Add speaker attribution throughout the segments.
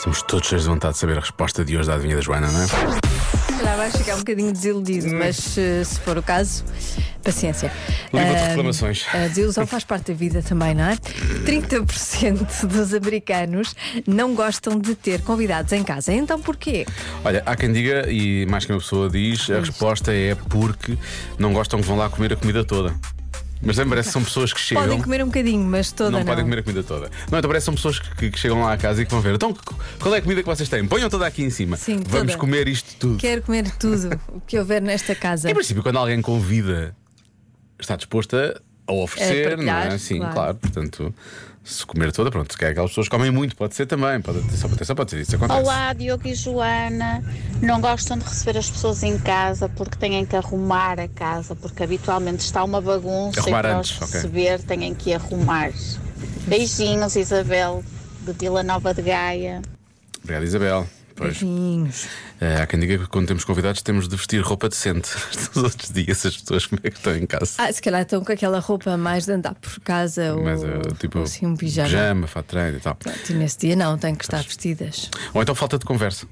Speaker 1: Somos todos cheios de vontade de saber a resposta de hoje da adivinha da Joana, não é?
Speaker 2: Já vais ficar um bocadinho desiludido,
Speaker 1: Hum.
Speaker 2: mas eh, se for o caso, paciência.
Speaker 1: Livro de
Speaker 2: Ah,
Speaker 1: reclamações.
Speaker 2: A desilusão faz parte da vida também, não é? 30% dos americanos não gostam de ter convidados em casa. Então porquê?
Speaker 1: Olha, há quem diga, e mais que uma pessoa diz, a resposta é porque não gostam que vão lá comer a comida toda. Mas também parece que são pessoas que chegam.
Speaker 2: Podem comer um bocadinho, mas toda
Speaker 1: não,
Speaker 2: não.
Speaker 1: podem comer a comida toda. Não, então parece que são pessoas que, que chegam lá à casa e que vão ver. Então, qu- qual é a comida que vocês têm? Ponham toda aqui em cima.
Speaker 2: Sim,
Speaker 1: Vamos
Speaker 2: toda.
Speaker 1: comer isto tudo.
Speaker 2: Quero comer tudo o que houver nesta casa.
Speaker 1: Em princípio, quando alguém convida, está disposta a oferecer,
Speaker 2: A partilhar,
Speaker 1: não é? Sim,
Speaker 2: claro.
Speaker 1: claro. Portanto, se comer toda, pronto, se calhar aquelas pessoas comem muito, pode ser também, pode atenção, atenção, pode ser isso, acontece.
Speaker 3: Olá, Diogo e Joana. Não gostam de receber as pessoas em casa porque têm que arrumar a casa, porque habitualmente está uma bagunça
Speaker 1: Arrumar
Speaker 3: e para
Speaker 1: antes,
Speaker 3: os
Speaker 1: ok.
Speaker 3: receber têm que arrumar. Beijinhos, Isabel, de Vila Nova de Gaia.
Speaker 1: Obrigado, Isabel. Pois,
Speaker 2: Beijinhos.
Speaker 1: eh, há quem diga que quando temos convidados temos de vestir roupa decente. Nos outros dias, as pessoas como é que estão em casa?
Speaker 2: Ah, se calhar estão com aquela roupa mais de andar por casa
Speaker 1: Mas,
Speaker 2: Ah, ou,
Speaker 1: eh, tipo,
Speaker 2: ou assim um pijama.
Speaker 1: pijama, fato de treino e tal.
Speaker 2: Pronto, e nesse dia não, têm que estar vestidas.
Speaker 1: Ou então falta de conversa.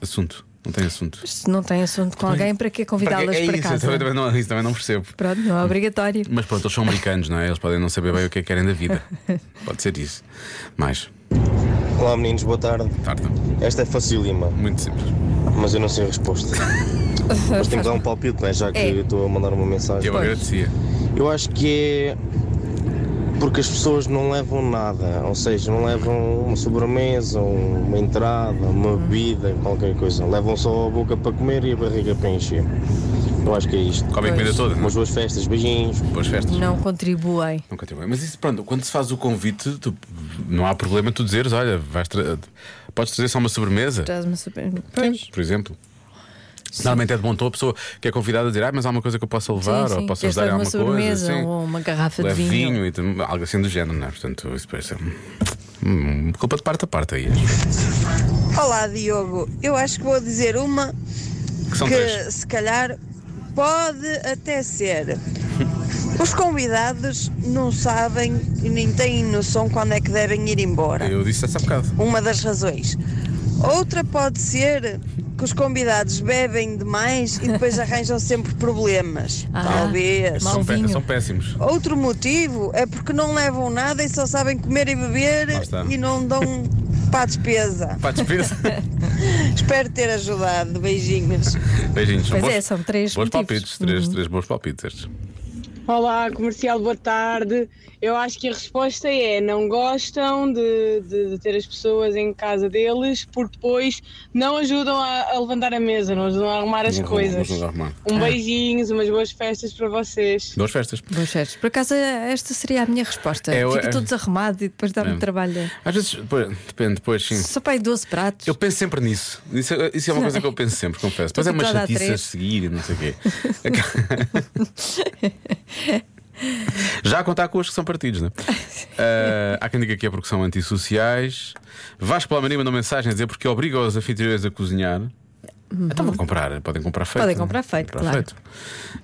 Speaker 1: Assunto. Não tem assunto.
Speaker 2: Se não tem assunto com alguém, para que convidá-las
Speaker 1: Porque é
Speaker 2: para
Speaker 1: isso, eu
Speaker 2: casa?
Speaker 1: também, também não, isso também não percebo.
Speaker 2: Pronto, não é obrigatório.
Speaker 1: Mas pronto, eles são americanos, não é? Eles podem não saber bem o que é que querem da vida. Pode ser isso. Mais
Speaker 4: Olá meninos, boa tarde.
Speaker 1: tarde.
Speaker 4: Esta é facílima,
Speaker 1: Muito simples.
Speaker 4: mas eu não sei a resposta. Mas tenho que dar um palpite, né? já que
Speaker 2: É.
Speaker 4: eu estou a mandar uma mensagem.
Speaker 1: Eu agradecia.
Speaker 4: Eu acho que é porque as pessoas não levam nada, ou seja, não levam uma sobremesa, uma entrada, uma bebida, qualquer coisa. Levam só a boca para comer e a barriga para encher. Eu acho que é isto.
Speaker 1: Comem a comida toda, não? é?
Speaker 4: Umas boas festas, beijinhos.
Speaker 1: Boas festas.
Speaker 2: Não contribuem.
Speaker 1: Nunca tive. Mas isso, pronto, quando se faz o convite, tu- não há problema tu dizeres, olha, vais tra- podes trazer só uma sobremesa,
Speaker 2: Traz-me super. Pois.
Speaker 1: por exemplo. Normalmente é de bom tom a pessoa que é convidada a dizer, ah, mas há uma coisa que eu possa levar
Speaker 2: sim,
Speaker 1: ou posso
Speaker 2: queres
Speaker 1: ajudar em
Speaker 2: levar uma
Speaker 1: alguma
Speaker 2: sobremesa
Speaker 1: coisa. sim.
Speaker 2: ou uma garrafa de
Speaker 1: Leve
Speaker 2: vinho.
Speaker 1: vinho e tam- algo assim do género, não é? Portanto, isso parece. Hum, culpa de parte a parte aí.
Speaker 5: Olá Diogo, eu acho que vou dizer uma
Speaker 1: Que são
Speaker 5: que
Speaker 1: três.
Speaker 5: se calhar pode até ser. Os convidados não sabem e nem têm noção quando é que devem ir embora.
Speaker 1: Eu disse essa há bocado.
Speaker 5: Uma das razões. Outra pode ser que os convidados bebem demais e depois arranjam sempre problemas.
Speaker 2: Ah,
Speaker 5: Talvez.
Speaker 2: mal
Speaker 1: São, pé-
Speaker 2: vinho.
Speaker 1: são péssimos.
Speaker 5: Outro motivo é porque não levam nada e só sabem comer e beber
Speaker 1: Lá está.
Speaker 5: e não dão para a despesa.
Speaker 1: Para a despesa.
Speaker 5: Espero ter ajudado. Beijinhos.
Speaker 1: Beijinhos.
Speaker 2: Pois é, são três
Speaker 1: Bons
Speaker 2: motivos. Uhum.
Speaker 1: palpites. Três, três bons palpites estes.
Speaker 6: Olá, comercial, boa tarde. Eu acho que a resposta é: não gostam de, de- de ter as pessoas em casa deles porque depois não ajudam a, a levantar a mesa, não ajudam a arrumar as
Speaker 1: Não arrumam,
Speaker 6: coisas.
Speaker 1: não ajudam a arrumar.
Speaker 6: Um beijinhos, umas boas festas para vocês.
Speaker 1: Duas festas.
Speaker 2: Boas festas. Por acaso, esta seria a minha resposta.
Speaker 1: É, eu-
Speaker 2: Fica
Speaker 1: é-
Speaker 2: todo desarrumado e depois dá-me
Speaker 1: É.
Speaker 2: trabalho.
Speaker 1: Às vezes, depois- depende, depois sim.
Speaker 2: Só para aí 12 pratos.
Speaker 1: Eu penso sempre nisso. Isso, é- isso é uma coisa que eu penso sempre, confesso. Depois é uma
Speaker 2: habituada a
Speaker 1: chatice a
Speaker 2: três.
Speaker 1: seguir e não sei o quê. Já a contar com os que são partidos, não é? Ah, há quem diga que é porque são antissociais. Vasco Palmarim mandou mensagem a dizer porque obriga os anfitriões a cozinhar. Então vão comprar, podem comprar feito.
Speaker 2: Podem
Speaker 1: não é?
Speaker 2: comprar feito, claro.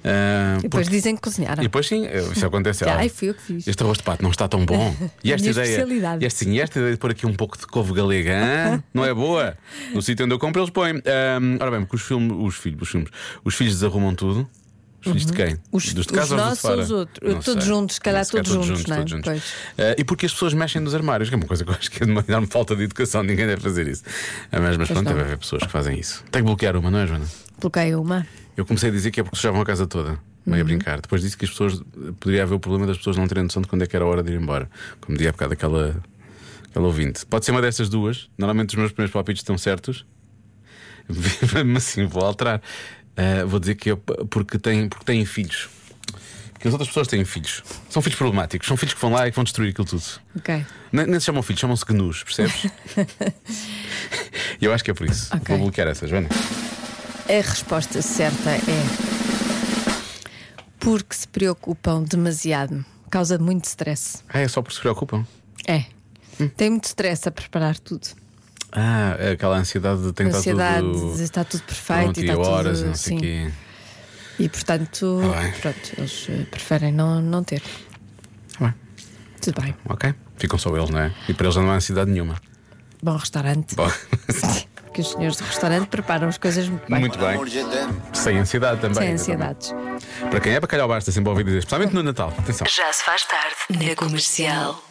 Speaker 1: Ah,
Speaker 2: E depois
Speaker 1: porque-
Speaker 2: dizem que cozinharam.
Speaker 1: E depois sim, isso acontece.
Speaker 2: Já,
Speaker 1: Ah,
Speaker 2: ai, fui eu que fiz.
Speaker 1: Este arroz de pato não está tão bom. E
Speaker 2: A
Speaker 1: esta
Speaker 2: minha
Speaker 1: ideia.
Speaker 2: especialidade.
Speaker 1: E esta, sim, e esta ideia de pôr aqui um pouco de couve galegã não é boa. No sítio onde eu compro, eles põem. Ahm, ora bem, porque os filmes, os filhos, os filmes, os filhos desarrumam tudo. Os filhos de quem?
Speaker 2: Uhum. Os-
Speaker 1: de casa
Speaker 2: os
Speaker 1: ou
Speaker 2: nossos
Speaker 1: de fora?
Speaker 2: ou os outros?
Speaker 1: Não
Speaker 2: Todos
Speaker 1: sei.
Speaker 2: juntos, se calhar
Speaker 1: Não,
Speaker 2: todos juntos, não é?
Speaker 1: todos juntos.
Speaker 2: Pois.
Speaker 1: Ah, e porque as pessoas mexem nos armários, que é uma coisa que eu acho que é de uma enorme falta de educação, ninguém deve fazer isso. Ah, Mas, mas pronto,
Speaker 2: não.
Speaker 1: deve haver pessoas que fazem isso. Tem que bloquear uma, não é, Joana?
Speaker 2: Coloquei uma.
Speaker 1: Eu comecei a dizer que é porque sujavam a casa toda, meio a brincar. Depois disse que as pessoas. Poderia haver o problema das pessoas não terem noção de quando é que era a hora de ir embora. Como dizia há bocado aquela, aquela ouvinte. Pode ser uma destas duas. Normalmente os meus primeiros palpites estão certos. Mas assim, vou alterar. Ah, vou dizer que é p- porque têm, porque têm filhos. Que as outras pessoas têm filhos. São filhos problemáticos. São filhos que vão lá e que vão destruir aquilo tudo.
Speaker 2: Ok.
Speaker 1: Nem, nem se chamam filhos, chamam-se gnus, percebes? E Eu acho que é por isso.
Speaker 2: Ok.
Speaker 1: Vou bloquear essa, Joana.
Speaker 2: A resposta certa é porque se preocupam demasiado. Causa muito stress.
Speaker 1: Ah, é só porque se preocupam.
Speaker 2: É.
Speaker 1: Hum.
Speaker 2: Tem muito stress a preparar tudo.
Speaker 1: Ah, é aquela ansiedade de tentar
Speaker 2: Ansiedade,
Speaker 1: tudo.
Speaker 2: de estar tudo perfeito
Speaker 1: Pronto,
Speaker 2: e
Speaker 1: e
Speaker 2: está
Speaker 1: horas, e
Speaker 2: tudo
Speaker 1: não sei
Speaker 2: sim.
Speaker 1: quê.
Speaker 2: E portanto,
Speaker 1: Tá bem.
Speaker 2: pronto, eles eh, preferem não, não ter.
Speaker 1: Tá bem.
Speaker 2: Tudo bem.
Speaker 1: Ok, ficam só eles, não é? E para eles já não há ansiedade nenhuma.
Speaker 2: Bom restaurante.
Speaker 1: Bom,
Speaker 2: Que os senhores do restaurante preparam as coisas muito bem.
Speaker 1: muito é bem. Sem ansiedade também.
Speaker 2: Sem ansiedades.
Speaker 1: Para quem é bacalhau basta sempre ouvir dizer, especialmente no Natal. Atenção.
Speaker 7: Já se faz tarde na comercial.